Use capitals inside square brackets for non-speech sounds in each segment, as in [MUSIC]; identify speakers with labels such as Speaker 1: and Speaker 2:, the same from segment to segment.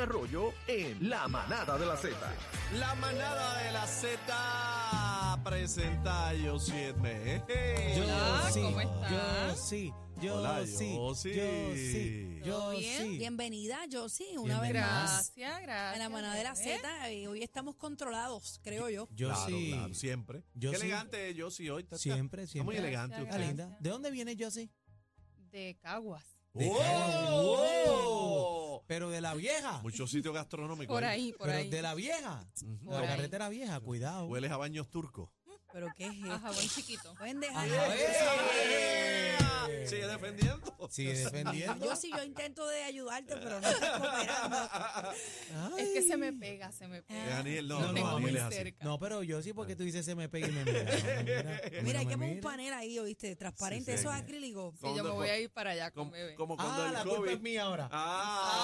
Speaker 1: Arroyo en La Manada de la Z.
Speaker 2: La manada de la Z presenta a Yosiedme.
Speaker 3: Yo
Speaker 4: Hola,
Speaker 3: sí,
Speaker 4: ¿cómo estás?
Speaker 3: yo sí, yo
Speaker 2: Hola,
Speaker 3: sí, yo
Speaker 2: Yossi.
Speaker 3: sí, yo
Speaker 4: ¿Todo bien?
Speaker 3: sí.
Speaker 5: Bienvenida, Josie, una vez
Speaker 3: Bienvenida.
Speaker 5: más.
Speaker 4: Gracias, gracias.
Speaker 5: A la manada de la
Speaker 4: bebé.
Speaker 5: Z, eh, hoy estamos controlados, creo yo.
Speaker 3: Yo
Speaker 2: claro,
Speaker 3: sí.
Speaker 2: claro, siempre.
Speaker 3: Yo
Speaker 2: Qué
Speaker 3: sí.
Speaker 2: elegante yo sí hoy. Está, está-
Speaker 3: Siempre,
Speaker 2: está muy
Speaker 3: siempre.
Speaker 4: Gracias,
Speaker 2: elegante
Speaker 3: Ah,
Speaker 2: usted.
Speaker 4: gracias.
Speaker 3: linda. ¿De dónde viene yo sí?
Speaker 4: De Caguas.
Speaker 3: De
Speaker 2: ¡Wow! oh.
Speaker 3: Cagua. Pero de la vieja.
Speaker 2: Muchos sitios gastronómicos.
Speaker 4: Por
Speaker 2: ¿eh?
Speaker 4: ahí, por
Speaker 3: Pero
Speaker 4: ahí.
Speaker 3: de la vieja.
Speaker 2: Ujú.
Speaker 4: Por
Speaker 3: la
Speaker 4: ahí.
Speaker 3: carretera vieja, cuidado.
Speaker 2: Hueles a baños turcos.
Speaker 5: Pero qué es
Speaker 4: A
Speaker 5: esto.
Speaker 4: jabón chiquito.
Speaker 5: Pueden dejar.
Speaker 3: Ajá,
Speaker 2: ¡Eh!
Speaker 3: eh.
Speaker 2: Sigue defendiendo.
Speaker 3: Sigue defendiendo.
Speaker 5: Yo sí, yo intento de ayudarte, pero no estás cooperando.
Speaker 4: Es
Speaker 3: Ay.
Speaker 4: que se me pega, se me
Speaker 2: Eh,
Speaker 4: pega.
Speaker 2: Daniel, no,
Speaker 3: No,
Speaker 2: no,
Speaker 3: no,
Speaker 4: tengo
Speaker 2: Daniel
Speaker 4: muy
Speaker 2: es así.
Speaker 4: cerca.
Speaker 3: No, pero yo sí, porque tú dices se me pega y me mira. No,
Speaker 2: [LAUGHS]
Speaker 3: me mira. A mí no
Speaker 5: Mira, hay
Speaker 3: me
Speaker 5: que poner un
Speaker 3: mira.
Speaker 5: panel ahí, ¿oíste? Transparente,
Speaker 2: Sí, sí,
Speaker 5: esos
Speaker 2: hay que-
Speaker 5: acrílicos.
Speaker 4: Sí, yo me voy a ir para allá con
Speaker 2: Como,
Speaker 4: bebé.
Speaker 2: como cuando
Speaker 3: Ah,
Speaker 2: el
Speaker 3: la
Speaker 2: COVID.
Speaker 3: culpa es mía ahora.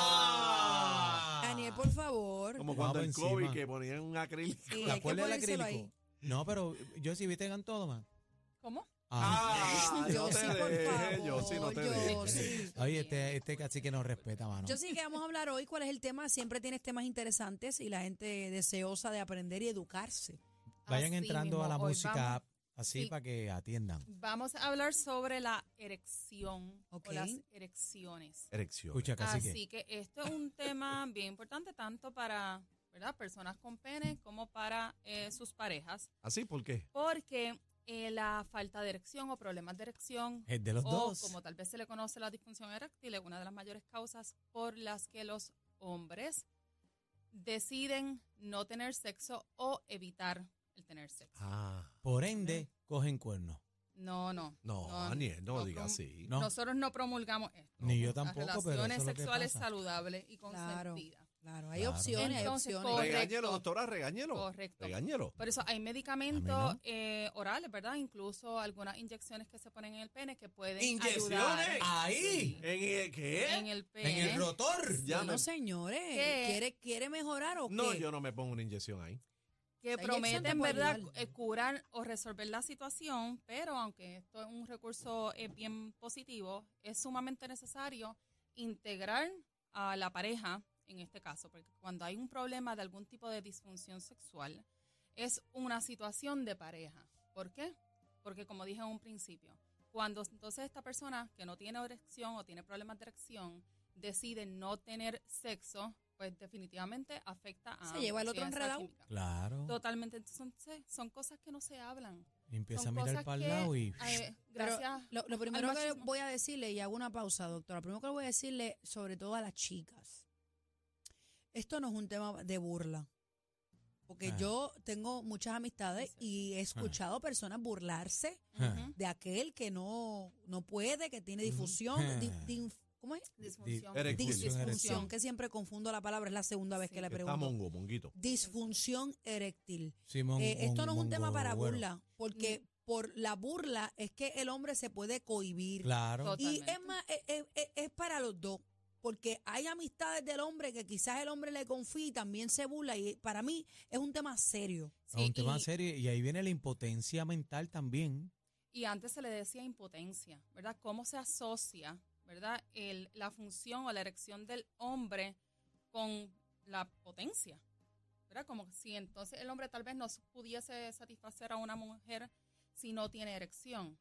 Speaker 2: Ah.
Speaker 5: Daniel, por favor.
Speaker 2: Como
Speaker 3: Vamos
Speaker 2: cuando el
Speaker 3: encima.
Speaker 2: COVID que ponían un acrílico.
Speaker 5: Sí,
Speaker 3: ¿La
Speaker 5: hay que
Speaker 3: cuál es el
Speaker 5: ponérselo
Speaker 3: acrílico?
Speaker 5: [LAUGHS] ahí.
Speaker 3: No, pero yo sí viste en todo, man.
Speaker 4: ¿Cómo?
Speaker 2: Ah,
Speaker 5: Yo
Speaker 2: no
Speaker 5: sí,
Speaker 2: te
Speaker 5: por
Speaker 2: dejes, yo sí, no
Speaker 5: favor.
Speaker 2: te
Speaker 5: Yo
Speaker 2: dejes.
Speaker 5: sí.
Speaker 3: Oye, este, este cacique nos respeta, mano.
Speaker 5: Yo sí que vamos a hablar hoy cuál es el tema. Siempre tienes temas interesantes y la gente deseosa de aprender y educarse.
Speaker 3: Vayan
Speaker 4: Así
Speaker 3: entrando a
Speaker 4: ah, mismo,
Speaker 3: la
Speaker 4: hoy
Speaker 3: música
Speaker 4: vamos-
Speaker 3: app, así
Speaker 4: Sí.
Speaker 3: para que atiendan.
Speaker 4: Vamos a hablar sobre la erección
Speaker 5: Ok.
Speaker 4: o las erecciones.
Speaker 2: Erección.
Speaker 3: Escucha, cacique.
Speaker 4: Así que esto es un tema [LAUGHS] bien importante tanto para ¿verdad? personas con pene como para eh, sus parejas,
Speaker 2: ¿Así? ¿Por qué?
Speaker 4: porque eh, la falta de erección o problemas de erección
Speaker 3: Es de los
Speaker 4: o
Speaker 3: dos.
Speaker 4: Oh, como tal vez se le conoce la disfunción eréctil, es una de las mayores causas por las que los hombres deciden no tener sexo o evitar el tener sexo.
Speaker 2: Ah,
Speaker 3: Por ende, cogen cuernos.
Speaker 4: No, no.
Speaker 2: no,
Speaker 4: No,
Speaker 2: Daniel, no,
Speaker 4: no,
Speaker 2: digas
Speaker 4: no.
Speaker 2: así.
Speaker 3: No.
Speaker 4: Nosotros no promulgamos esto.
Speaker 3: Ni yo
Speaker 4: Las
Speaker 3: tampoco, pero eso
Speaker 4: relaciones
Speaker 3: es lo que
Speaker 4: sexuales
Speaker 3: pasa.
Speaker 4: saludables y
Speaker 5: Claro.
Speaker 4: consentidas.
Speaker 5: Claro, hay
Speaker 3: Claro.
Speaker 5: opciones,
Speaker 4: Entonces,
Speaker 5: hay opciones.
Speaker 4: correcto.
Speaker 2: Regáñelo, doctora, regáñelo.
Speaker 4: Correcto.
Speaker 2: Regáñelo.
Speaker 4: Por eso hay medicamentos eh, orales, ¿verdad? Incluso algunas inyecciones que se ponen en el pene que pueden
Speaker 2: ¿Inyecciones?
Speaker 4: ayudar
Speaker 3: ¡Ahí!
Speaker 2: ¿En el
Speaker 4: en
Speaker 2: qué?
Speaker 4: el pene.
Speaker 3: Ah, ¿eh? En el rotor.
Speaker 2: Ya me-
Speaker 5: No, señores.
Speaker 4: ¿Qué?
Speaker 5: ¿Quiere, ¿Quiere mejorar o
Speaker 2: No,
Speaker 5: qué?
Speaker 2: yo no me pongo una inyección ahí.
Speaker 4: que
Speaker 5: La inyección te
Speaker 4: prometen
Speaker 5: puede
Speaker 4: verdad
Speaker 5: ayudar.
Speaker 4: eh, curar o resolver la situación, pero aunque esto es un recurso eh, bien positivo, es sumamente necesario integrar a la pareja en este caso, porque cuando hay un problema de algún tipo de disfunción sexual, es una situación de pareja. ¿Por qué? Porque como dije en un principio, cuando entonces esta persona que no tiene erección o tiene problemas de erección decide no tener sexo, pues definitivamente afecta a...
Speaker 5: Se lleva
Speaker 4: ambos,
Speaker 5: el otro
Speaker 4: sí, esa
Speaker 5: enredado.
Speaker 4: química.
Speaker 3: Claro.
Speaker 4: Totalmente. Entonces, son cosas que no se hablan.
Speaker 3: Y empieza a
Speaker 4: son
Speaker 3: mirar
Speaker 4: cosas
Speaker 3: para
Speaker 4: que,
Speaker 3: el lado y.
Speaker 4: eh,
Speaker 5: Pero
Speaker 4: gracias.
Speaker 5: Lo, lo primero
Speaker 4: al
Speaker 5: que
Speaker 4: machismo.
Speaker 5: voy a decirle, y hago una pausa, doctora, lo primero que voy a decirle, sobre todo a las chicas, esto no es un tema de burla. Porque
Speaker 3: Ah.
Speaker 5: yo tengo muchas amistades
Speaker 4: Sí, sí.
Speaker 5: y he escuchado personas burlarse
Speaker 4: Ujú.
Speaker 5: de aquel que no, no puede, que tiene difusión.
Speaker 3: Ah.
Speaker 5: di- din- ¿Cómo es?
Speaker 4: Disfunción.
Speaker 2: Erectil.
Speaker 5: Dis-
Speaker 3: Disfunción
Speaker 5: Disfunción,
Speaker 3: eréctil.
Speaker 5: que siempre confundo la palabra, es la segunda vez
Speaker 4: Sí.
Speaker 5: que le
Speaker 4: Está
Speaker 2: Está
Speaker 5: pregunto.
Speaker 2: mongo, monguito.
Speaker 5: Disfunción eréctil.
Speaker 3: Simón,
Speaker 5: Eh, esto no es un tema para
Speaker 3: Mongoro.
Speaker 5: burla, porque
Speaker 4: Mm.
Speaker 5: por la burla es que el hombre se puede cohibir.
Speaker 3: Claro.
Speaker 4: Tot-
Speaker 5: Y es
Speaker 4: Totalmente.
Speaker 5: más, es, es- es- es para los dos, porque hay amistades del hombre que quizás el hombre le confía y también se burla. Y para mí es un tema serio.
Speaker 3: es un
Speaker 4: Sí,
Speaker 3: tema
Speaker 4: y-
Speaker 3: serio. Y ahí viene la impotencia mental también.
Speaker 4: Y antes se le decía impotencia, ¿verdad? ¿Cómo se asocia, ¿verdad? El, la función o la erección del hombre con la potencia, ¿verdad? Como si entonces el hombre tal vez no pudiese satisfacer a una mujer si no tiene erección.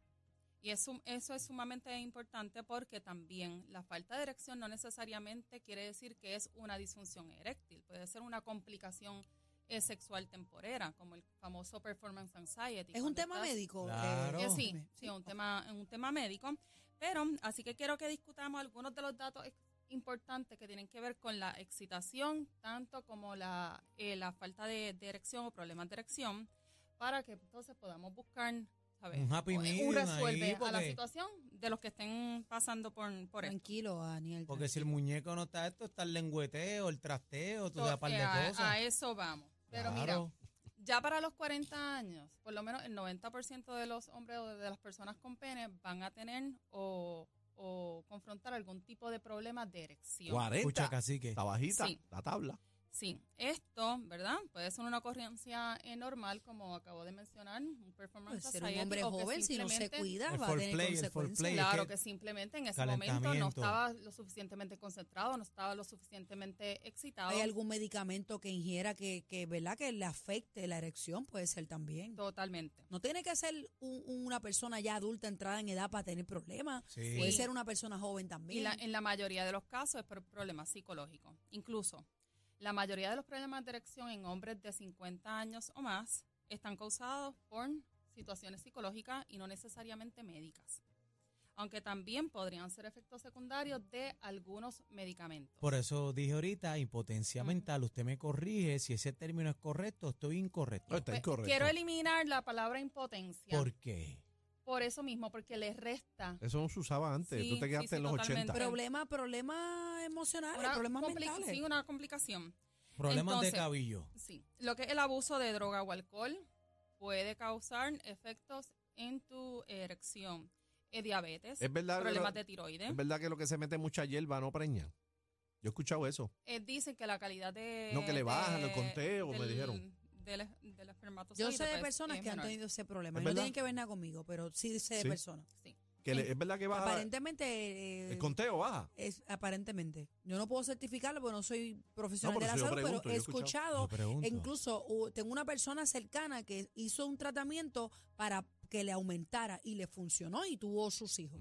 Speaker 4: Y eso, eso es sumamente importante porque también la falta de erección no necesariamente quiere decir que es una disfunción eréctil, puede ser una complicación eh, sexual temporera, como el famoso performance anxiety.
Speaker 5: Es un
Speaker 4: cuando
Speaker 5: tema
Speaker 4: estás-
Speaker 5: médico.
Speaker 3: Claro.
Speaker 4: eh,
Speaker 3: Claro.
Speaker 4: sí, sí,
Speaker 5: [LAUGHS]
Speaker 4: un tema, un tema médico. Pero así que quiero que discutamos algunos de los datos ex- importantes que tienen que ver con la excitación, tanto como la, eh, la falta de, de erección o problemas de erección, para que entonces podamos buscar ¿sabes? Eh,
Speaker 3: Un happy
Speaker 4: un
Speaker 3: medium
Speaker 4: resuelve
Speaker 3: ahí,
Speaker 4: a la
Speaker 3: porque-
Speaker 4: situación de los que estén pasando por, por esto.
Speaker 5: Tranquilo, Daniel.
Speaker 3: Porque si el muñeco no está esto, está el lengüeteo, el trasteo, tú
Speaker 4: So,
Speaker 3: das un par
Speaker 4: eh, a,
Speaker 3: de
Speaker 4: a
Speaker 3: cosas.
Speaker 4: eso vamos. Pero
Speaker 3: Claro.
Speaker 4: mira, ya para los 40 años, por lo menos el 90% de los hombres o de las personas con pene van a tener o, o confrontar algún tipo de problema de erección.
Speaker 2: 40.
Speaker 3: Escucha, cacique.
Speaker 2: Está bajita
Speaker 4: Sí.
Speaker 2: la tabla.
Speaker 4: Sí, esto, ¿verdad? Puede ser una ocurrencia eh, normal, como acabo de mencionar, un
Speaker 5: Puede
Speaker 4: performance
Speaker 5: Pues ser un
Speaker 4: anxiety,
Speaker 5: hombre
Speaker 4: o que
Speaker 5: joven, si no se
Speaker 4: simplemente-
Speaker 5: cuida,
Speaker 3: El
Speaker 5: va a tener
Speaker 3: foreplay, el
Speaker 5: consecuencias.
Speaker 3: foreplay. es
Speaker 4: Claro
Speaker 3: que-
Speaker 4: que simplemente en ese momento no
Speaker 3: Calentamiento.
Speaker 4: estaba lo suficientemente concentrado, no estaba lo suficientemente excitado.
Speaker 5: Hay algún medicamento que ingiera que, que, ¿verdad? que le afecte la erección, puede ser también.
Speaker 4: Totalmente.
Speaker 5: No tiene que ser un- una persona ya adulta, entrada en edad para tener problemas.
Speaker 3: Sí.
Speaker 5: Puede
Speaker 4: Sí.
Speaker 5: ser una persona joven también.
Speaker 4: Y la- eh, en la mayoría de los casos es por problemas psicológicos. Incluso, la mayoría de los problemas de erección en hombres de 50 años o más están causados por situaciones psicológicas y no necesariamente médicas. Aunque también podrían ser efectos secundarios de algunos medicamentos.
Speaker 3: Por eso dije ahorita, impotencia
Speaker 4: Ujú.
Speaker 3: mental. Usted me corrige si ese término es correcto, estoy incorrecto.
Speaker 2: No, está
Speaker 4: Pues,
Speaker 2: incorrecto.
Speaker 4: Quiero eliminar la palabra impotencia.
Speaker 3: ¿Por qué?
Speaker 4: por eso mismo, porque les resta
Speaker 2: Eso no se usaba antes.
Speaker 4: Sí,
Speaker 2: Tú te
Speaker 4: sí,
Speaker 2: quedaste
Speaker 4: sí,
Speaker 2: en los
Speaker 4: totalmente.
Speaker 2: 80.
Speaker 5: Problema, problemas emocionales, problemas
Speaker 4: compli-
Speaker 5: mentales.
Speaker 4: sí, una complicación.
Speaker 3: Problemas de
Speaker 4: Entonces,
Speaker 3: cabillo.
Speaker 4: Sí, lo que es el abuso de droga o alcohol puede causar efectos en tu erección. Eh, diabetes,
Speaker 2: es verdad, que
Speaker 4: problemas
Speaker 2: lo-
Speaker 4: de tiroides.
Speaker 2: es verdad que lo que se mete mucha hierba no preña. Yo he escuchado eso.
Speaker 4: Eh, dicen que la calidad de...
Speaker 2: No, que le
Speaker 4: de-
Speaker 2: bajan el conteo, me dijeron.
Speaker 4: Del, del espermatozoide,
Speaker 5: Yo sé de
Speaker 4: pues,
Speaker 5: personas
Speaker 4: es
Speaker 5: que han
Speaker 4: menor.
Speaker 5: tenido ese problema.
Speaker 2: ¿Es
Speaker 5: Y No
Speaker 2: verdad?
Speaker 5: tienen que ver nada conmigo, pero sí sé de
Speaker 2: Sí.
Speaker 5: personas.
Speaker 4: Sí.
Speaker 2: Que le- es verdad que baja.
Speaker 5: Aparentemente. eh,
Speaker 2: El conteo baja.
Speaker 5: es, aparentemente. Yo no puedo certificarlo porque no soy
Speaker 2: No,
Speaker 5: profesional
Speaker 2: por
Speaker 5: de la
Speaker 2: eso yo
Speaker 5: salud,
Speaker 2: pregunto,
Speaker 5: pero he
Speaker 2: yo he escuchado.
Speaker 5: escuchado,
Speaker 3: Yo pregunto.
Speaker 5: e incluso u- tengo una persona cercana que hizo un tratamiento para que le aumentara y le funcionó y tuvo sus hijos.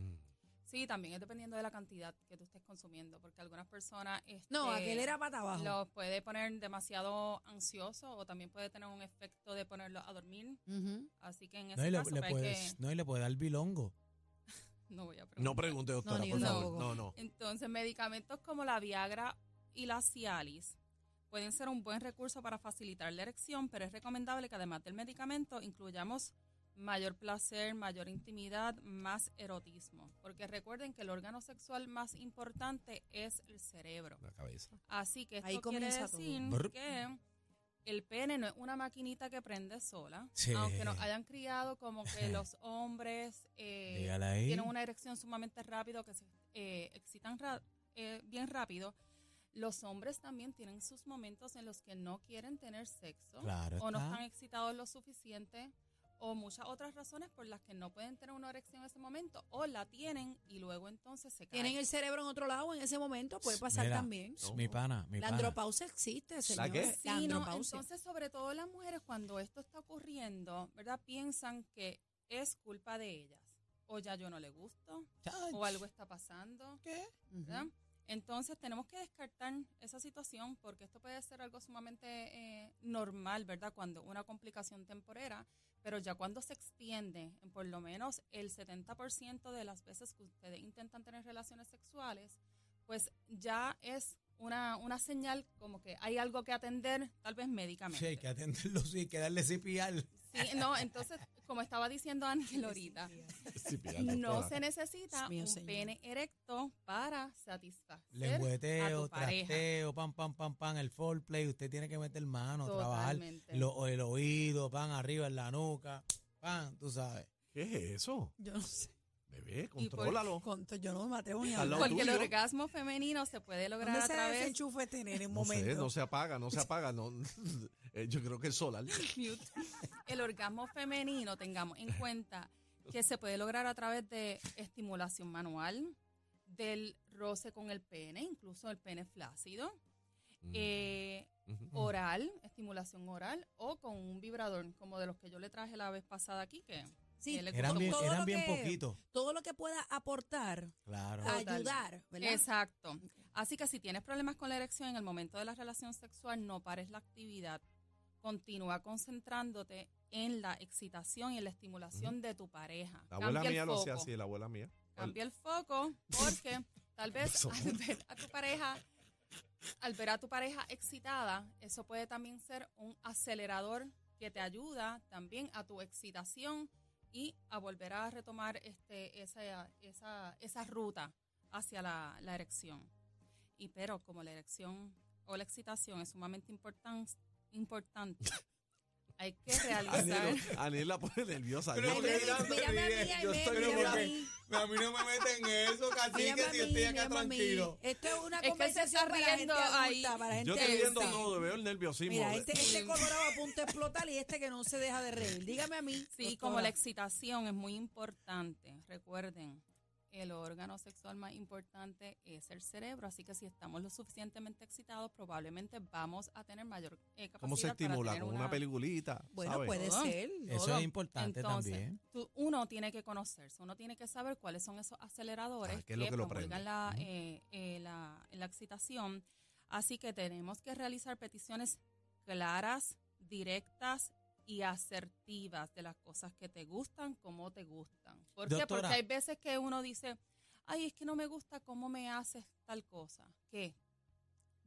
Speaker 4: Sí, también es dependiendo de la cantidad que tú estés consumiendo, porque algunas personas... Este,
Speaker 5: No, aquel era pata abajo.
Speaker 4: Los puede poner demasiado ansioso o también puede tener un efecto de ponerlo a dormir.
Speaker 5: Ujú.
Speaker 4: Así que en ese
Speaker 3: No y, le,
Speaker 4: caso
Speaker 3: le
Speaker 4: pues,
Speaker 3: puedes-
Speaker 4: que...
Speaker 3: no, y le puede dar bilongo.
Speaker 4: No voy a preguntar.
Speaker 2: No pregunte, doctora,
Speaker 5: No, ni
Speaker 2: por
Speaker 4: yo
Speaker 2: favor.
Speaker 5: tampoco.
Speaker 2: No, no.
Speaker 4: Entonces, medicamentos como la Viagra y la Cialis pueden ser un buen recurso para facilitar la erección, pero es recomendable que además del medicamento incluyamos mayor placer, mayor intimidad, más erotismo. Porque recuerden que el órgano sexual más importante es el cerebro.
Speaker 2: La cabeza.
Speaker 4: Así que esto
Speaker 5: Ahí
Speaker 4: quiere
Speaker 5: comienza todo.
Speaker 4: decir
Speaker 3: Brr.
Speaker 4: que el pene no es una maquinita que prende sola,
Speaker 3: Sí.
Speaker 4: aunque nos hayan criado como
Speaker 3: [LAUGHS]
Speaker 4: que los hombres eh,
Speaker 3: Dígala ahí.
Speaker 4: tienen una erección sumamente rápido, que se eh, excitan ra- eh, bien rápido. Los hombres también tienen sus momentos en los que no quieren tener sexo
Speaker 3: Claro
Speaker 4: o no
Speaker 3: está.
Speaker 4: están excitados lo suficiente o muchas otras razones por las que no pueden tener una erección en ese momento o la tienen y luego entonces se caen.
Speaker 5: Tienen el cerebro en otro lado en ese momento, puede pasar
Speaker 3: Mira,
Speaker 5: también.
Speaker 3: s- Mi pana, mi
Speaker 5: La
Speaker 3: pana.
Speaker 5: andropausia existe, señor.
Speaker 2: qué?
Speaker 4: Sí,
Speaker 5: La
Speaker 4: no,
Speaker 5: andropausia.
Speaker 4: entonces sobre todo las mujeres cuando esto está ocurriendo, ¿verdad? Piensan que es culpa de ellas. O ya yo no le gusto,
Speaker 3: Chach.
Speaker 4: o algo está pasando,
Speaker 5: Ujú.
Speaker 4: ¿verdad? Entonces tenemos que descartar esa situación porque esto puede ser algo sumamente eh, normal, ¿verdad? Cuando una complicación temporera, pero ya cuando se extiende en por lo menos el 70% de las veces que ustedes intentan tener relaciones sexuales, pues ya es una, una señal como que hay algo que atender, tal vez médicamente.
Speaker 3: Sí, hay que atenderlo, sí, hay que darle cipial.
Speaker 4: Sí, no, entonces, como estaba diciendo Ángel ahorita,
Speaker 2: [LAUGHS] Sí, mira,
Speaker 4: no
Speaker 5: [LAUGHS]
Speaker 2: doctora.
Speaker 4: se necesita
Speaker 5: Dios mío,
Speaker 4: un
Speaker 5: señor.
Speaker 4: pene erecto para satisfacer a
Speaker 3: Lengüeteo,
Speaker 4: tu pareja.
Speaker 3: trasteo, pam, pam, pam, pam, el foreplay. Usted tiene que meter mano,
Speaker 4: Totalmente.
Speaker 3: trabajar lo- el oído, pan arriba en la nuca, pan, tú sabes.
Speaker 2: ¿Qué es eso?
Speaker 5: Yo no sé.
Speaker 2: Bebé,
Speaker 4: por-
Speaker 2: contrólalo.
Speaker 5: cuánto- yo no me atrevo ni a
Speaker 2: Al lado
Speaker 5: hablar.
Speaker 4: Porque el
Speaker 2: tuyo.
Speaker 4: orgasmo femenino se puede lograr
Speaker 5: ¿Dónde
Speaker 4: a
Speaker 5: se da ese
Speaker 4: través
Speaker 5: enchufe tener en un
Speaker 2: No sé,
Speaker 5: momento?
Speaker 2: no se apaga, no se apaga. No, [LAUGHS] Eh, yo creo que el solar.
Speaker 5: [LAUGHS]
Speaker 4: mute. El orgasmo femenino, tengamos en cuenta que se puede lograr a través de estimulación manual, del roce con el pene, incluso el pene flácido,
Speaker 2: Mm.
Speaker 4: eh,
Speaker 2: Ujú.
Speaker 4: oral, estimulación oral o con un vibrador, como de los que yo le traje la vez pasada aquí, que
Speaker 5: Sí,
Speaker 4: el
Speaker 3: Eran
Speaker 4: equipo-
Speaker 3: bien,
Speaker 5: todo lo
Speaker 3: eran bien
Speaker 5: que-
Speaker 3: poquitos.
Speaker 5: Todo lo que pueda aportar,
Speaker 3: Claro.
Speaker 5: a
Speaker 4: Total.
Speaker 5: ayudar, ¿verdad?
Speaker 4: Exacto. Así que si tienes problemas con la erección en el momento de la relación sexual, no pares la actividad. Continúa concentrándote en la excitación y en la estimulación de tu pareja.
Speaker 2: La abuela
Speaker 4: Cambia el
Speaker 2: mía lo hacía
Speaker 4: foco.
Speaker 2: así, la abuela mía.
Speaker 4: Cambia el foco porque tal vez al ver a tu pareja, al ver a tu pareja excitada, eso puede también ser un acelerador que te ayuda también a tu excitación y a volver a retomar este, esa, esa, esa ruta hacia la, la erección. Y pero como la erección o la excitación es sumamente importan- importante, hay que realizar...
Speaker 2: Aniel, Aniel la pone nerviosa.
Speaker 3: Pero
Speaker 2: Yo-
Speaker 3: porque-
Speaker 5: Ay, mira, mírame a mí, ay,
Speaker 3: Yo
Speaker 5: ven,
Speaker 3: estoy-
Speaker 5: mírame
Speaker 3: pero
Speaker 5: a
Speaker 3: porque-
Speaker 5: mí.
Speaker 3: A mí no me meten en eso,
Speaker 5: Mírame
Speaker 3: cacique,
Speaker 5: a
Speaker 3: si
Speaker 5: mí,
Speaker 3: yo estoy acá
Speaker 5: mírame a mí.
Speaker 3: tranquilo.
Speaker 5: Esto es una
Speaker 4: Es que se
Speaker 5: conversación
Speaker 4: está
Speaker 5: para gente
Speaker 4: riendo
Speaker 5: adulta,
Speaker 4: ahí.
Speaker 5: para gente
Speaker 2: Yo te viendo
Speaker 5: adulta.
Speaker 2: todo, veo el nerviosismo.
Speaker 5: Mira,
Speaker 2: de-
Speaker 5: este, este colorado a punto de explotar y este que no se deja de reír. Dígame a mí.
Speaker 4: [LAUGHS] Sí,
Speaker 5: doctora.
Speaker 4: como la excitación es muy importante. Recuerden, el órgano sexual más importante es el cerebro, así que si estamos lo suficientemente excitados, probablemente vamos a tener mayor eh, capacidad.
Speaker 2: ¿Cómo se
Speaker 4: para
Speaker 2: estimula?
Speaker 4: tener
Speaker 2: Con una peliculita.
Speaker 5: Bueno,
Speaker 2: ¿sabes?
Speaker 5: pues, puede
Speaker 4: Todo.
Speaker 5: ser.
Speaker 3: Eso
Speaker 4: todo.
Speaker 3: es importante
Speaker 4: Entonces,
Speaker 3: también.
Speaker 4: tú- uno tiene que conocerse, uno tiene que saber cuáles son esos aceleradores
Speaker 2: Ah, ¿qué es lo que lo prende?
Speaker 4: promulgan la, eh, eh, la- la excitación. Así que tenemos que realizar peticiones claras, directas y asertivas de las cosas que te gustan, cómo te gustan. ¿Por qué?
Speaker 3: Doctora.
Speaker 4: Porque hay veces que uno dice, ay, es que no me gusta cómo me haces tal cosa. ¿Qué?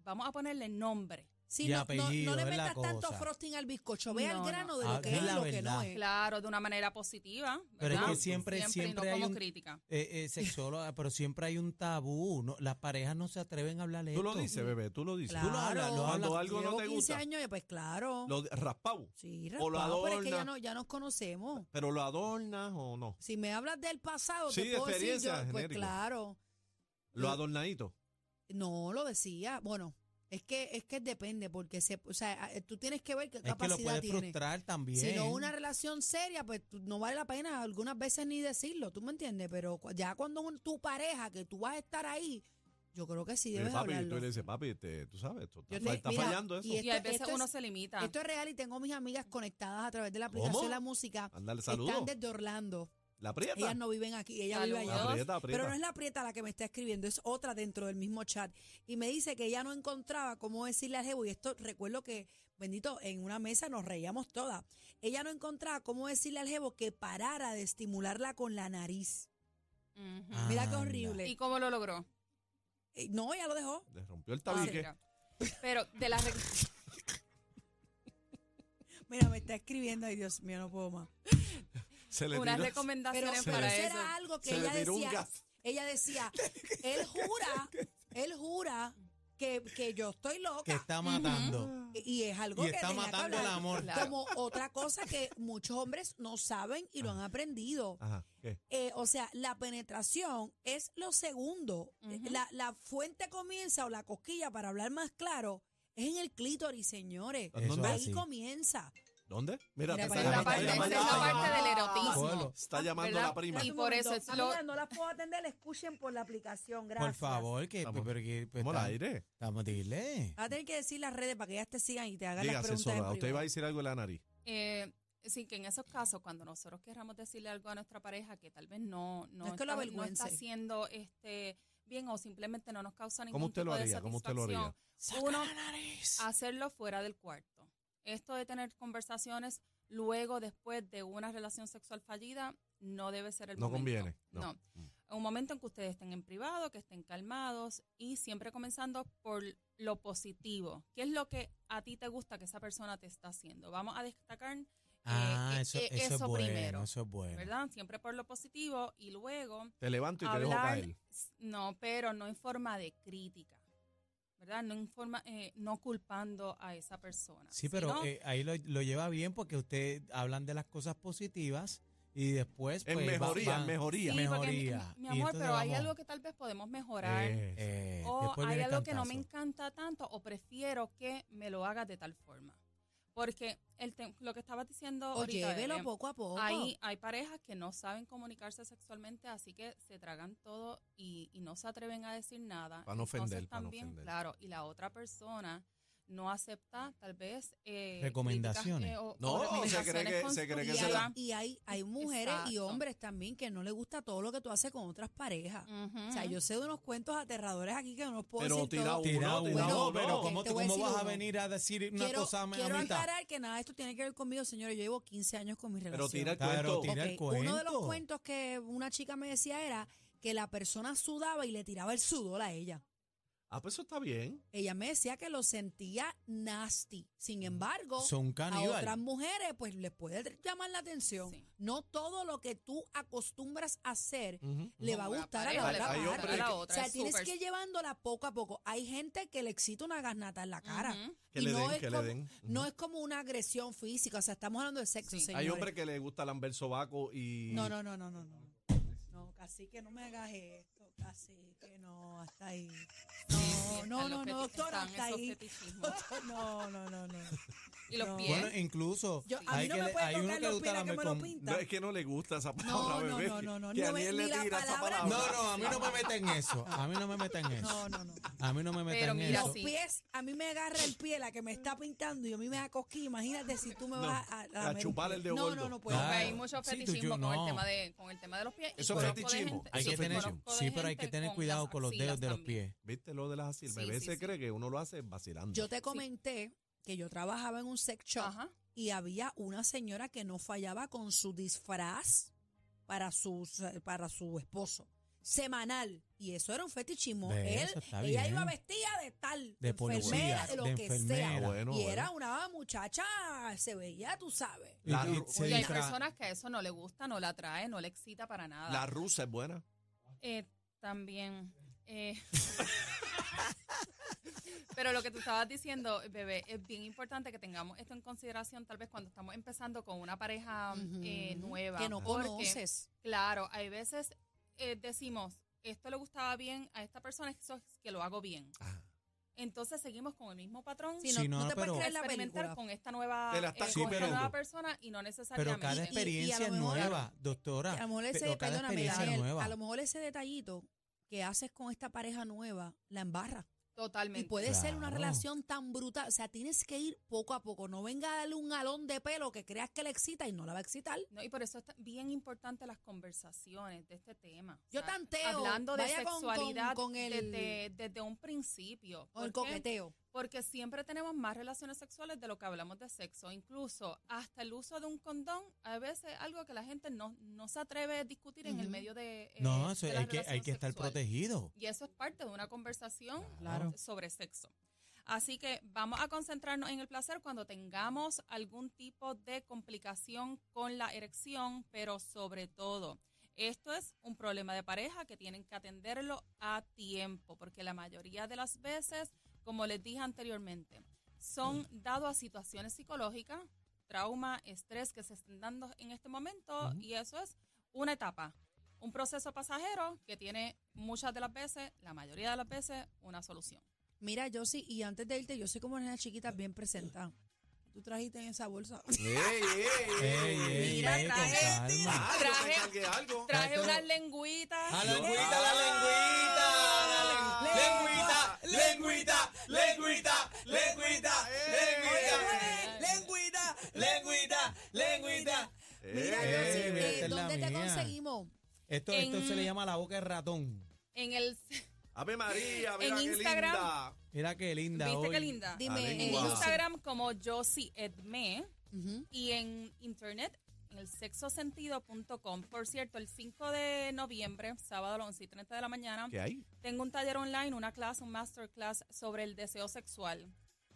Speaker 4: Vamos a ponerle nombre.
Speaker 5: Sí,
Speaker 3: Y
Speaker 5: no, no-
Speaker 3: apellido,
Speaker 5: no le
Speaker 3: es la
Speaker 5: metas tanto
Speaker 3: cosa.
Speaker 5: frosting al bizcocho. Ve
Speaker 4: No,
Speaker 5: al
Speaker 4: no.
Speaker 5: grano de
Speaker 3: Ah,
Speaker 5: lo que
Speaker 3: es
Speaker 5: es y
Speaker 3: la
Speaker 5: lo que no
Speaker 3: verdad.
Speaker 5: es.
Speaker 4: Claro, de una manera positiva.
Speaker 3: Pero es
Speaker 4: ¿verdad?
Speaker 3: que siempre, siempre,
Speaker 4: y no
Speaker 3: hay
Speaker 4: como
Speaker 3: un
Speaker 4: crítica.
Speaker 3: eh, eh, sexóloga, pero siempre hay un tabú. no- las parejas no se atreven a hablar de
Speaker 2: Tú lo
Speaker 3: esto.
Speaker 2: dices, bebé, tú lo dices.
Speaker 5: Claro.
Speaker 2: mm, Tú lo hablas, lo hablas. Cuando algo no
Speaker 5: Llevo
Speaker 2: te
Speaker 5: 15
Speaker 2: gusta,
Speaker 5: años, pues claro.
Speaker 2: lo raspau.
Speaker 5: sí,
Speaker 2: o lo
Speaker 5: raspado, pero es que ya,
Speaker 2: adorna.
Speaker 5: no, ya nos conocemos.
Speaker 2: ¿Pero lo adornas o no?
Speaker 5: Si me hablas del pasado,
Speaker 2: Sí,
Speaker 5: te
Speaker 2: de
Speaker 5: puedo decir yo,
Speaker 2: experiencia,
Speaker 5: pues
Speaker 2: genérico.
Speaker 5: claro.
Speaker 2: ¿Lo
Speaker 5: Lo-
Speaker 2: adornadito?
Speaker 5: No, lo decía. Bueno, es que es que depende, porque se, o sea, a- tú tienes que ver qué
Speaker 3: Es que lo
Speaker 5: capacidad
Speaker 3: puedes
Speaker 5: tiene.
Speaker 3: frustrar también.
Speaker 5: Si no una relación seria, pues tú- no vale la pena algunas veces ni decirlo, ¿tú me entiendes? Pero cu- ya cuando un- tu pareja, que tú vas a estar ahí, yo creo que sí
Speaker 2: Eh,
Speaker 5: debes
Speaker 2: papi,
Speaker 5: hablarlo.
Speaker 2: tú le dices, papi, te- tú sabes, esto está,
Speaker 5: Yo te-
Speaker 2: está
Speaker 5: mira,
Speaker 2: fallando eso.
Speaker 5: y
Speaker 4: Y a
Speaker 5: esto-
Speaker 4: veces
Speaker 5: esto
Speaker 4: uno
Speaker 5: es-
Speaker 4: se limita.
Speaker 5: Esto es real y tengo mis amigas conectadas a través de la
Speaker 2: ¿Cómo?
Speaker 5: aplicación de la música.
Speaker 2: Ándale,
Speaker 5: Están
Speaker 2: saludos.
Speaker 5: desde Orlando.
Speaker 2: La aprieta.
Speaker 5: Ellas no viven aquí, ella vive allá.
Speaker 4: Saludos.
Speaker 2: Aprieta, aprieta.
Speaker 5: Pero no es la prieta la que me está escribiendo, es otra dentro del mismo chat. Y me dice que ella no encontraba cómo decirle al jevo, y esto recuerdo que, bendito, en una mesa nos reíamos todas. Ella no encontraba cómo decirle al jevo que parara de estimularla con la nariz.
Speaker 4: Ujú.
Speaker 3: Ah.
Speaker 5: Mira qué
Speaker 3: Anda.
Speaker 5: horrible.
Speaker 4: ¿Y cómo lo logró?
Speaker 5: Eh, No, ella lo dejó.
Speaker 2: Le rompió el
Speaker 4: Ah,
Speaker 2: tabique.
Speaker 4: mira. Pero de las re-
Speaker 5: Mira, me está escribiendo, ay Dios mío, no puedo más.
Speaker 2: se [LAUGHS] le
Speaker 4: unas
Speaker 2: tiró-
Speaker 5: Pero,
Speaker 4: recomendaciones
Speaker 5: pero
Speaker 4: para
Speaker 5: eso
Speaker 4: eso.
Speaker 5: era algo que
Speaker 2: se le
Speaker 5: ella
Speaker 2: tiró un
Speaker 5: decía,
Speaker 2: gas.
Speaker 5: ella decía, él jura, él jura que, que yo estoy
Speaker 3: que
Speaker 5: loca.
Speaker 3: está matando.
Speaker 5: Y es algo
Speaker 3: Y
Speaker 5: que
Speaker 3: está
Speaker 5: tenía que
Speaker 3: matando el
Speaker 5: hablar.
Speaker 3: amor.
Speaker 4: Claro.
Speaker 5: Como otra cosa que muchos hombres no saben y lo han aprendido.
Speaker 3: Ah.
Speaker 2: Ajá, ¿qué?
Speaker 5: Eh, o sea, la penetración es lo segundo. Eh,
Speaker 4: Ujú.
Speaker 5: la, la fuente comienza o la cosquilla, para hablar más claro, es en el clítoris, señores.
Speaker 2: Eso
Speaker 3: es
Speaker 5: Ahí
Speaker 3: así.
Speaker 5: comienza.
Speaker 2: ¿Dónde? Mira,
Speaker 5: Mira,
Speaker 2: te está
Speaker 5: para
Speaker 4: Es la
Speaker 5: allá,
Speaker 2: llamando,
Speaker 4: parte,
Speaker 5: para
Speaker 2: está
Speaker 5: allá,
Speaker 4: esa es la
Speaker 2: llamando.
Speaker 5: para allá.
Speaker 4: parte del
Speaker 3: Colo.
Speaker 4: erotismo.
Speaker 2: Está llamando
Speaker 4: ¿Verdad?
Speaker 2: la prima.
Speaker 4: Y
Speaker 5: Un
Speaker 4: por
Speaker 5: momento.
Speaker 4: eso es lo-
Speaker 5: Amiga, no las puedo atender, escuchen por la aplicación, gracias.
Speaker 3: Por favor, que.
Speaker 2: Estamos-
Speaker 3: pero que- pues,
Speaker 2: ¿Cómo la
Speaker 3: tam-
Speaker 2: aire?
Speaker 3: Estamos, dile.
Speaker 5: Va a tener que decir las redes para que ellas te sigan y te hagan las
Speaker 2: Dígase,
Speaker 5: preguntas. en
Speaker 2: Sola. Usted
Speaker 5: privado.
Speaker 2: va a decir algo en la nariz.
Speaker 4: Eh, sí, que en esos casos, cuando nosotros querramos decirle algo a nuestra pareja que tal vez no, no,
Speaker 5: No es que lo
Speaker 4: está, no
Speaker 5: avergüence.
Speaker 4: está haciendo este, bien o simplemente no nos causa ningún
Speaker 2: ¿Cómo usted
Speaker 4: tipo
Speaker 2: lo
Speaker 4: de
Speaker 2: haría? ¿Cómo usted lo haría?
Speaker 4: satisfacción, Uno, ah, hacerlo fuera del cuarto. Esto de tener conversaciones luego, después de una relación sexual fallida, no debe ser el
Speaker 2: No
Speaker 4: momento.
Speaker 2: conviene. No.
Speaker 4: Un momento en que ustedes estén en privado, que estén calmados y siempre comenzando por lo positivo. ¿Qué es lo que a ti te gusta que esa persona te está haciendo? Vamos a destacar eh,
Speaker 3: Ah,
Speaker 4: eh,
Speaker 3: eso,
Speaker 4: eh,
Speaker 3: eso es
Speaker 4: eso
Speaker 3: bueno.
Speaker 4: primero,
Speaker 3: Eso es bueno.
Speaker 4: ¿verdad? Siempre por lo positivo y luego
Speaker 2: Te levanto y te dejo
Speaker 4: hablar,
Speaker 2: caer.
Speaker 4: s- no, pero no en forma de crítica, ¿verdad? No en forma, eh, no culpando a esa persona.
Speaker 3: Sí, pero
Speaker 4: sino-
Speaker 3: eh, ahí lo, lo lleva bien porque usted hablan de las cosas positivas y después.
Speaker 2: En
Speaker 3: pues, va-
Speaker 2: mejoría, en
Speaker 3: van-
Speaker 2: mejoría.
Speaker 4: Sí, porque,
Speaker 3: mejoría.
Speaker 4: mi, mi
Speaker 3: Y
Speaker 4: amor,
Speaker 3: entonces
Speaker 4: pero hay
Speaker 3: vamos-
Speaker 4: algo que tal vez podemos mejorar.
Speaker 2: Eh,
Speaker 3: Eh,
Speaker 4: o
Speaker 3: después
Speaker 4: hay
Speaker 3: viene el
Speaker 4: algo que no
Speaker 3: cantazo.
Speaker 4: me encanta tanto o prefiero que me lo hagas de tal forma. Porque el te- lo que estabas diciendo
Speaker 5: O
Speaker 4: ahorita,
Speaker 5: llévelo
Speaker 4: Belén,
Speaker 5: poco a poco.
Speaker 4: hay, hay parejas que no saben comunicarse sexualmente, así que se tragan todo y, y no se atreven a decir nada.
Speaker 2: Pa' no
Speaker 4: Entonces
Speaker 2: ofender, pa' no
Speaker 4: también,
Speaker 2: ofender.
Speaker 4: claro, y la otra persona no acepta tal vez eh,
Speaker 3: Recomendaciones.
Speaker 4: críticas, eh, o- o
Speaker 2: No, se cree que-
Speaker 4: recomendaciones
Speaker 2: se cree
Speaker 5: Y
Speaker 2: que se
Speaker 5: hay,
Speaker 2: la-
Speaker 4: constructivas.
Speaker 5: y hay, hay mujeres y
Speaker 4: Exacto.
Speaker 5: hombres también que no les gusta todo lo que tú haces con otras parejas.
Speaker 4: Ujú.
Speaker 5: O sea, yo sé de unos cuentos aterradores aquí que no los puedo
Speaker 2: Pero
Speaker 5: decir
Speaker 2: tira
Speaker 5: todos.
Speaker 2: uno, tira
Speaker 3: Tirado,
Speaker 2: uno.
Speaker 3: no,
Speaker 5: Bueno,
Speaker 3: pero
Speaker 5: no.
Speaker 3: ¿cómo,
Speaker 5: Te voy a
Speaker 3: cómo
Speaker 5: decir
Speaker 3: vas a
Speaker 5: uno.
Speaker 3: venir a decir una
Speaker 5: Quiero,
Speaker 3: cosa a
Speaker 5: quiero
Speaker 3: mitad?
Speaker 5: aclarar que nada, esto tiene que ver conmigo, señores. Yo llevo 15 años con mi
Speaker 2: Pero
Speaker 5: relación.
Speaker 2: tira el
Speaker 3: Claro,
Speaker 2: cuento.
Speaker 3: tira el
Speaker 5: Ok,
Speaker 3: cuento.
Speaker 5: Uno de los cuentos que una chica me decía era que la persona sudaba y le tiraba el sudor a ella.
Speaker 2: Ah, pues eso está bien.
Speaker 5: Ella me decía que lo sentía nasty.
Speaker 2: Mm.
Speaker 5: Sin embargo,
Speaker 3: Son
Speaker 5: a
Speaker 3: caníbal.
Speaker 5: otras mujeres pues les puede llamar la atención.
Speaker 4: Sí.
Speaker 5: No todo lo que tú acostumbras a hacer
Speaker 2: Ujú.
Speaker 5: le
Speaker 4: Ujú.
Speaker 5: va a
Speaker 4: La
Speaker 5: gustar
Speaker 4: pareja
Speaker 5: a
Speaker 2: le
Speaker 5: la
Speaker 2: va a
Speaker 5: otra
Speaker 2: gustar a la
Speaker 5: parte.
Speaker 4: otra,
Speaker 5: O sea,
Speaker 4: es
Speaker 5: tienes
Speaker 4: súper-
Speaker 5: que ir llevándola poco a poco. Hay gente que le excita una garnata en la cara.
Speaker 4: Ujú.
Speaker 2: Que
Speaker 5: Y
Speaker 2: le
Speaker 5: no
Speaker 2: den,
Speaker 5: es
Speaker 2: que le
Speaker 5: como,
Speaker 2: den. Ujú.
Speaker 5: No es como una agresión física, o sea, estamos hablando de sexo,
Speaker 4: Sí. Hay
Speaker 2: Hay
Speaker 5: señores.
Speaker 2: hombres que les gusta lamber sobaco y...
Speaker 5: No, no, no, no, no, no. No, casi que no me hagas esto, casi que no, hasta ahí. [LAUGHS] No,
Speaker 4: Están
Speaker 5: no,
Speaker 4: los
Speaker 5: no,
Speaker 4: feti-
Speaker 5: no, doctora,
Speaker 4: están
Speaker 5: hasta
Speaker 4: esos
Speaker 5: ahí.
Speaker 4: fetichismos.
Speaker 5: No, no, no, no.
Speaker 4: Y los
Speaker 5: No.
Speaker 4: pies.
Speaker 3: Bueno, incluso
Speaker 5: Yo, a mí
Speaker 3: hay,
Speaker 5: no
Speaker 3: que
Speaker 5: me
Speaker 3: le-
Speaker 5: puede
Speaker 3: hay uno
Speaker 5: tocar
Speaker 3: que le
Speaker 5: los
Speaker 3: gusta
Speaker 5: pies,
Speaker 3: la
Speaker 5: que me lo pinta.
Speaker 2: No, es que no le gusta esa
Speaker 5: No,
Speaker 2: palabra,
Speaker 5: no,
Speaker 2: bebé.
Speaker 5: no, no, no,
Speaker 2: Que
Speaker 5: no,
Speaker 2: a Aniel
Speaker 5: ni
Speaker 2: le
Speaker 5: la
Speaker 2: tira esa
Speaker 5: palabra.
Speaker 2: palabra.
Speaker 3: No, no, a mí no me meten eso. A mí no me meten eso.
Speaker 5: No, no, no.
Speaker 3: A mí no me meten
Speaker 4: Pero [LAUGHS] mira,
Speaker 3: eso.
Speaker 5: Los
Speaker 4: sí.
Speaker 5: pies, a mí me agarra el pie la que me está pintando y a mí me da cosquillas. Imagínate si tú me
Speaker 2: No,
Speaker 5: vas a,
Speaker 2: a
Speaker 5: lamer
Speaker 2: chupar
Speaker 5: pie.
Speaker 2: el dedo
Speaker 5: No,
Speaker 2: gordo.
Speaker 5: no, no puedo.
Speaker 3: Claro.
Speaker 4: hay mucho
Speaker 3: Ah, Sí, tú,
Speaker 4: fetichismo
Speaker 3: yo,
Speaker 4: con,
Speaker 3: no.
Speaker 4: el tema de, con el tema de los pies. y
Speaker 2: Eso es
Speaker 4: conozco de
Speaker 2: fetichismo.
Speaker 4: gente-
Speaker 3: Hay
Speaker 4: sí,
Speaker 3: que tener,
Speaker 4: conozco de
Speaker 3: sí, pero hay
Speaker 4: gente
Speaker 3: que tener
Speaker 4: con
Speaker 3: cuidado
Speaker 4: las
Speaker 3: con los dedos
Speaker 4: axilas
Speaker 3: de los
Speaker 4: también.
Speaker 3: pies.
Speaker 2: ¿Viste lo de las así? El
Speaker 4: Sí,
Speaker 2: bebé
Speaker 4: sí,
Speaker 2: se
Speaker 4: sí.
Speaker 2: cree que uno lo hace vacilando.
Speaker 5: Yo te comenté que yo trabajaba en un sex shop
Speaker 4: Ajá.
Speaker 5: y había una señora que no fallaba con su disfraz para su, para su esposo. Semanal. Y eso era un fetichismo.
Speaker 3: Ve,
Speaker 5: Él,
Speaker 3: eso está
Speaker 5: ella
Speaker 3: bien.
Speaker 5: iba vestida de tal,
Speaker 3: De policía,
Speaker 5: enfermera, de lo
Speaker 3: de
Speaker 5: que
Speaker 3: enfermera.
Speaker 5: sea.
Speaker 2: Ah, Bueno,
Speaker 5: y era
Speaker 2: bueno.
Speaker 5: una muchacha, se veía, tú sabes.
Speaker 3: Y-
Speaker 2: La-
Speaker 3: y se
Speaker 4: Y hay
Speaker 3: disfra-
Speaker 4: personas que a eso no le gusta, no la atrae, no le excita para nada.
Speaker 2: La rusa es buena.
Speaker 4: Eh, también. eh. [LAUGHS] Pero lo que tú estabas diciendo, bebé, es bien importante que tengamos esto en consideración tal vez cuando estamos empezando con una pareja eh,
Speaker 5: Ujú.
Speaker 4: nueva.
Speaker 5: Que no
Speaker 4: porque,
Speaker 5: conoces.
Speaker 4: Claro, hay veces eh, decimos, esto le gustaba bien a esta persona, eso es que lo hago bien.
Speaker 2: Ah.
Speaker 4: Entonces seguimos con el mismo patrón.
Speaker 5: Si no,
Speaker 3: Sí,
Speaker 5: no
Speaker 3: no,
Speaker 5: te puedes
Speaker 3: pero-
Speaker 5: creer la película.
Speaker 4: experimentar con esta nueva, eh,
Speaker 2: Te la estás
Speaker 4: con esta
Speaker 3: comiendo.
Speaker 4: nueva persona y no
Speaker 3: Pero
Speaker 4: necesariamente.
Speaker 3: cada
Speaker 5: y- y- y a
Speaker 3: experiencia
Speaker 5: lo
Speaker 3: es
Speaker 5: mejor-
Speaker 3: nueva, doctora.
Speaker 5: A lo mejor ese,
Speaker 3: Pero cada
Speaker 5: perdóname,
Speaker 3: experiencia es
Speaker 5: Daniel,
Speaker 3: nueva.
Speaker 5: a lo mejor ese detallito que haces con esta pareja nueva la embarra. Y pues-
Speaker 4: Totalmente.
Speaker 5: puede ser una
Speaker 3: Claro.
Speaker 5: relación tan brutal. O sea, tienes que ir poco a poco. No venga a darle un galón de pelo que creas que le excita y no la va a excitar.
Speaker 4: No, y por eso es tan- bien importante las conversaciones de este tema.
Speaker 5: Yo tanteo,
Speaker 4: Hablando de
Speaker 5: vaya con- con-
Speaker 4: sexualidad
Speaker 5: con el-
Speaker 4: desde, desde un principio.
Speaker 5: O el
Speaker 4: ¿Por qué?
Speaker 5: coqueteo.
Speaker 4: Porque siempre tenemos más relaciones sexuales de lo que hablamos de sexo. Incluso hasta el uso de un condón, a veces algo que la gente no, no se atreve a discutir en el
Speaker 5: Ujú.
Speaker 4: medio de. eh,
Speaker 3: no, eso
Speaker 4: de la
Speaker 3: hay que, hay
Speaker 4: relación
Speaker 3: que estar
Speaker 4: sexual.
Speaker 3: protegido.
Speaker 4: Y eso es parte de una conversación
Speaker 3: Claro.
Speaker 4: sobre sexo. Así que vamos a concentrarnos en el placer cuando tengamos algún tipo de complicación con la erección, pero sobre todo, esto es un problema de pareja que tienen que atenderlo a tiempo, porque la mayoría de las veces, como les dije anteriormente, son dados a situaciones psicológicas, trauma, estrés que se estén dando en este momento, y eso es una etapa un proceso pasajero que tiene muchas de las veces, la mayoría de las veces, una solución.
Speaker 5: Mira, yo sí, y antes de irte, yo soy como nena chiquita bien presentada. Tú trajiste en esa bolsa. [LAUGHS]
Speaker 2: ¡Ey,
Speaker 3: Eh,
Speaker 2: ey,
Speaker 3: Ey, ey,
Speaker 4: Mira,
Speaker 3: ey, con
Speaker 4: traje-
Speaker 2: Ah,
Speaker 3: calma.
Speaker 2: yo me
Speaker 4: Traje-
Speaker 2: cargué algo.
Speaker 4: Traje
Speaker 3: Esto-
Speaker 4: unas lengüitas.
Speaker 3: A la lengüita,
Speaker 2: la lengüita,
Speaker 5: la lengüita,
Speaker 3: lengüita, lengüita, lengüita,
Speaker 5: ¡Lengüita!
Speaker 3: lengüita, lengüita.
Speaker 5: Mira,
Speaker 3: Eh,
Speaker 5: Yossi,
Speaker 3: mira,
Speaker 5: eh,
Speaker 3: esta es la
Speaker 5: ¿dónde te
Speaker 3: mía.
Speaker 5: conseguimos?
Speaker 3: Esto, esto
Speaker 4: En-
Speaker 3: se le llama la boca de ratón.
Speaker 4: En el [LAUGHS]
Speaker 2: Ave María, mira
Speaker 4: En
Speaker 2: qué
Speaker 4: Instagram.
Speaker 2: linda.
Speaker 3: Mira qué linda
Speaker 4: ¿Viste
Speaker 3: hoy.
Speaker 4: qué linda?
Speaker 5: Dime,
Speaker 2: La Wow.
Speaker 4: En
Speaker 2: lengua.
Speaker 5: Yossi.
Speaker 4: Instagram como Josie Edme
Speaker 5: Ujú.
Speaker 4: y en internet en el sexosentido.com. Por cierto, el 5 de noviembre, sábado a las 11 y 30 de la mañana,
Speaker 2: ¿Qué hay?
Speaker 4: Tengo un taller online, una clase, un masterclass sobre el deseo sexual.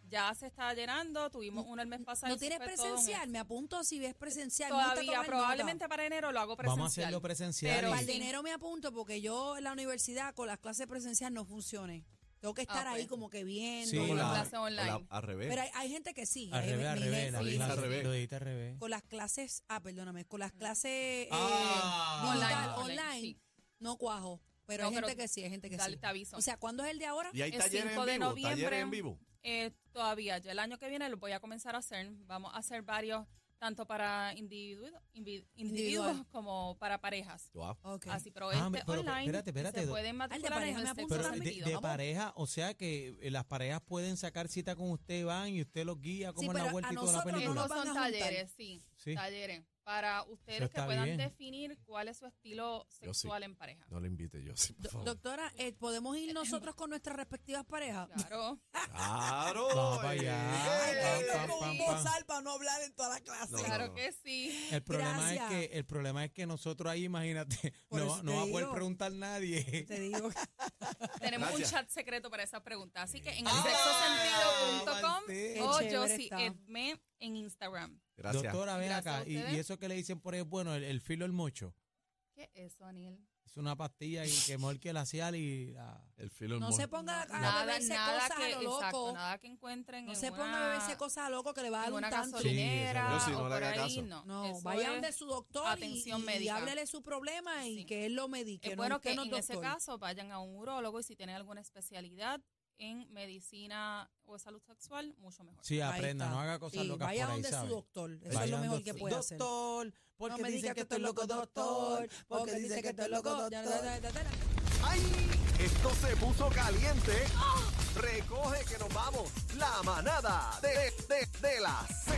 Speaker 4: Ya se está llenando, tuvimos uno el mes pasado.
Speaker 5: ¿No
Speaker 4: y eso
Speaker 5: tienes
Speaker 4: fue todo un
Speaker 5: presencial? Me apunto si ves presencial. Me gusta
Speaker 4: Todavía,
Speaker 5: tomar
Speaker 4: probablemente
Speaker 5: nota.
Speaker 4: para enero lo hago presencial.
Speaker 3: Vamos a hacerlo presencial.
Speaker 4: Pero
Speaker 3: y-
Speaker 5: Para el
Speaker 4: sí.
Speaker 5: dinero me apunto porque yo en la universidad con las clases presenciales no funcionan. Tengo que estar
Speaker 4: Ah,
Speaker 5: ahí
Speaker 4: pues.
Speaker 5: como que viendo.
Speaker 3: Sí,
Speaker 5: bla,
Speaker 3: la-
Speaker 5: bla.
Speaker 4: clase online.
Speaker 2: la- al revés.
Speaker 5: Pero hay, hay gente que sí.
Speaker 3: Al
Speaker 5: hay-
Speaker 3: revés, al
Speaker 5: mi
Speaker 3: revés.
Speaker 5: gente
Speaker 3: la
Speaker 5: sí,
Speaker 2: al
Speaker 3: clase-
Speaker 5: sí,
Speaker 2: revés.
Speaker 3: Lo dijiste al revés.
Speaker 5: Con las clases, ah, perdóname, con las clases eh,
Speaker 3: Ah.
Speaker 5: digital,
Speaker 4: Online,
Speaker 5: online,
Speaker 4: online, sí.
Speaker 5: no cuajo. Pero
Speaker 4: No,
Speaker 5: hay
Speaker 4: pero
Speaker 5: gente que sí, hay gente que
Speaker 4: Dale,
Speaker 5: sí.
Speaker 4: te aviso.
Speaker 5: O sea, ¿cuándo es el de ahora?
Speaker 2: y hay
Speaker 4: el
Speaker 2: talleres
Speaker 4: 5
Speaker 2: en
Speaker 4: de
Speaker 2: vivo.
Speaker 4: noviembre.
Speaker 2: Talleres en vivo.
Speaker 4: Eh, todavía, ya el año que viene lo voy a comenzar a hacer. Vamos a hacer varios tanto para individuo- invi-
Speaker 5: Individual.
Speaker 4: individuos como para parejas.
Speaker 2: Wow.
Speaker 5: Ok.
Speaker 4: Así, pero
Speaker 3: Ah,
Speaker 4: este
Speaker 3: me- pero
Speaker 4: online
Speaker 3: espérate, espérate,
Speaker 4: se
Speaker 3: do-
Speaker 4: pueden matricular
Speaker 5: pareja,
Speaker 4: en este
Speaker 5: me
Speaker 4: el
Speaker 5: apunto
Speaker 4: sexo
Speaker 3: Pero de,
Speaker 4: transmitido.
Speaker 3: de
Speaker 4: Vamos.
Speaker 3: pareja, o sea que eh, las parejas pueden sacar cita con usted, van y usted los guía, como
Speaker 5: Sí,
Speaker 3: en la
Speaker 5: pero
Speaker 3: vuelta
Speaker 5: a
Speaker 3: y toda la
Speaker 5: nosotros no
Speaker 3: película.
Speaker 5: nos
Speaker 4: Estos
Speaker 5: van a
Speaker 4: son
Speaker 5: juntar.
Speaker 4: talleres, sí,
Speaker 3: Sí.
Speaker 4: talleres, para ustedes que
Speaker 3: está
Speaker 4: puedan
Speaker 3: bien.
Speaker 4: definir cuál es su estilo
Speaker 2: Yo sí.
Speaker 4: sexual en pareja.
Speaker 2: No lo invite yo, sí, por
Speaker 5: Do-
Speaker 2: favor.
Speaker 5: doctora, eh, ¿podemos ir nosotros con nuestras respectivas parejas?
Speaker 4: Claro.
Speaker 2: Claro.
Speaker 3: Vamos para allá.
Speaker 2: eh,
Speaker 3: Pam, pam, pam, pam.
Speaker 5: para no hablar en toda la clase.
Speaker 2: No, no,
Speaker 4: Claro
Speaker 2: no.
Speaker 4: que sí.
Speaker 3: El problema es
Speaker 5: Gracias.
Speaker 3: que el problema es que nosotros ahí, imagínate, [LAUGHS]
Speaker 5: Por
Speaker 3: no,
Speaker 5: eso
Speaker 3: va-
Speaker 5: te
Speaker 3: no va a poder
Speaker 5: digo.
Speaker 3: preguntar nadie.
Speaker 5: Te digo.
Speaker 4: Tenemos
Speaker 2: Gracias.
Speaker 4: un chat secreto para esas preguntas. Así que
Speaker 2: Ah,
Speaker 4: en
Speaker 3: [LAUGHS]
Speaker 5: Qué
Speaker 4: sexosentido.com o
Speaker 5: chévere
Speaker 4: Oh, yo sí,
Speaker 5: está.
Speaker 4: Edme en Instagram.
Speaker 2: Gracias.
Speaker 3: Doctora, ven
Speaker 4: Gracias a
Speaker 3: acá. Y,
Speaker 4: ustedes.
Speaker 3: y eso que le dicen por ahí es bueno, el, el filo del mocho.
Speaker 4: ¿Qué es eso, Aniel?
Speaker 3: Es una pastilla y que mejor que la Cial y la-
Speaker 2: El filo
Speaker 5: No
Speaker 2: hermoso.
Speaker 5: se ponga a
Speaker 4: Nada,
Speaker 5: beberse
Speaker 4: nada
Speaker 5: cosas
Speaker 4: que,
Speaker 5: a lo loco.
Speaker 4: exacto, nada que encuentren
Speaker 5: no
Speaker 4: en
Speaker 5: se ponga
Speaker 4: una,
Speaker 5: a beberse cosas a loco que le va a dar
Speaker 4: en
Speaker 5: un
Speaker 4: una
Speaker 5: tanto.
Speaker 4: gasolinera
Speaker 2: Sí, eso es. Yo sí, no
Speaker 4: o
Speaker 2: le
Speaker 4: por
Speaker 2: haga
Speaker 4: ahí,
Speaker 2: caso.
Speaker 4: no.
Speaker 5: No,
Speaker 4: Eso
Speaker 5: vayan
Speaker 4: es-
Speaker 5: de su doctor y-
Speaker 4: atención
Speaker 5: y,
Speaker 4: médica.
Speaker 5: háblele su problema y
Speaker 4: Sí.
Speaker 5: que él lo medique.
Speaker 4: Es
Speaker 5: no
Speaker 4: bueno
Speaker 5: usted
Speaker 4: que
Speaker 5: no es
Speaker 4: en ese
Speaker 5: doctor.
Speaker 4: caso vayan a un urólogo y si tienen alguna especialidad en medicina o salud sexual, mucho mejor.
Speaker 3: Sí,
Speaker 5: Ahí
Speaker 3: aprenda,
Speaker 5: está.
Speaker 3: no haga cosas
Speaker 5: Sí,
Speaker 3: locas
Speaker 5: Vaya
Speaker 3: por ahí,
Speaker 5: donde
Speaker 3: ¿sabe?
Speaker 5: su doctor. Eso es
Speaker 3: Vaya
Speaker 5: lo
Speaker 3: donde
Speaker 5: mejor que
Speaker 3: su-
Speaker 5: puede hacer.
Speaker 3: doctor,
Speaker 5: No
Speaker 3: porque
Speaker 5: me diga
Speaker 3: dicen que estoy loco, doctor, porque dicen que estoy loco, doctor.
Speaker 1: ¡Ay! Esto se puso caliente. Recoge que nos vamos. La manada de, de, de la Z.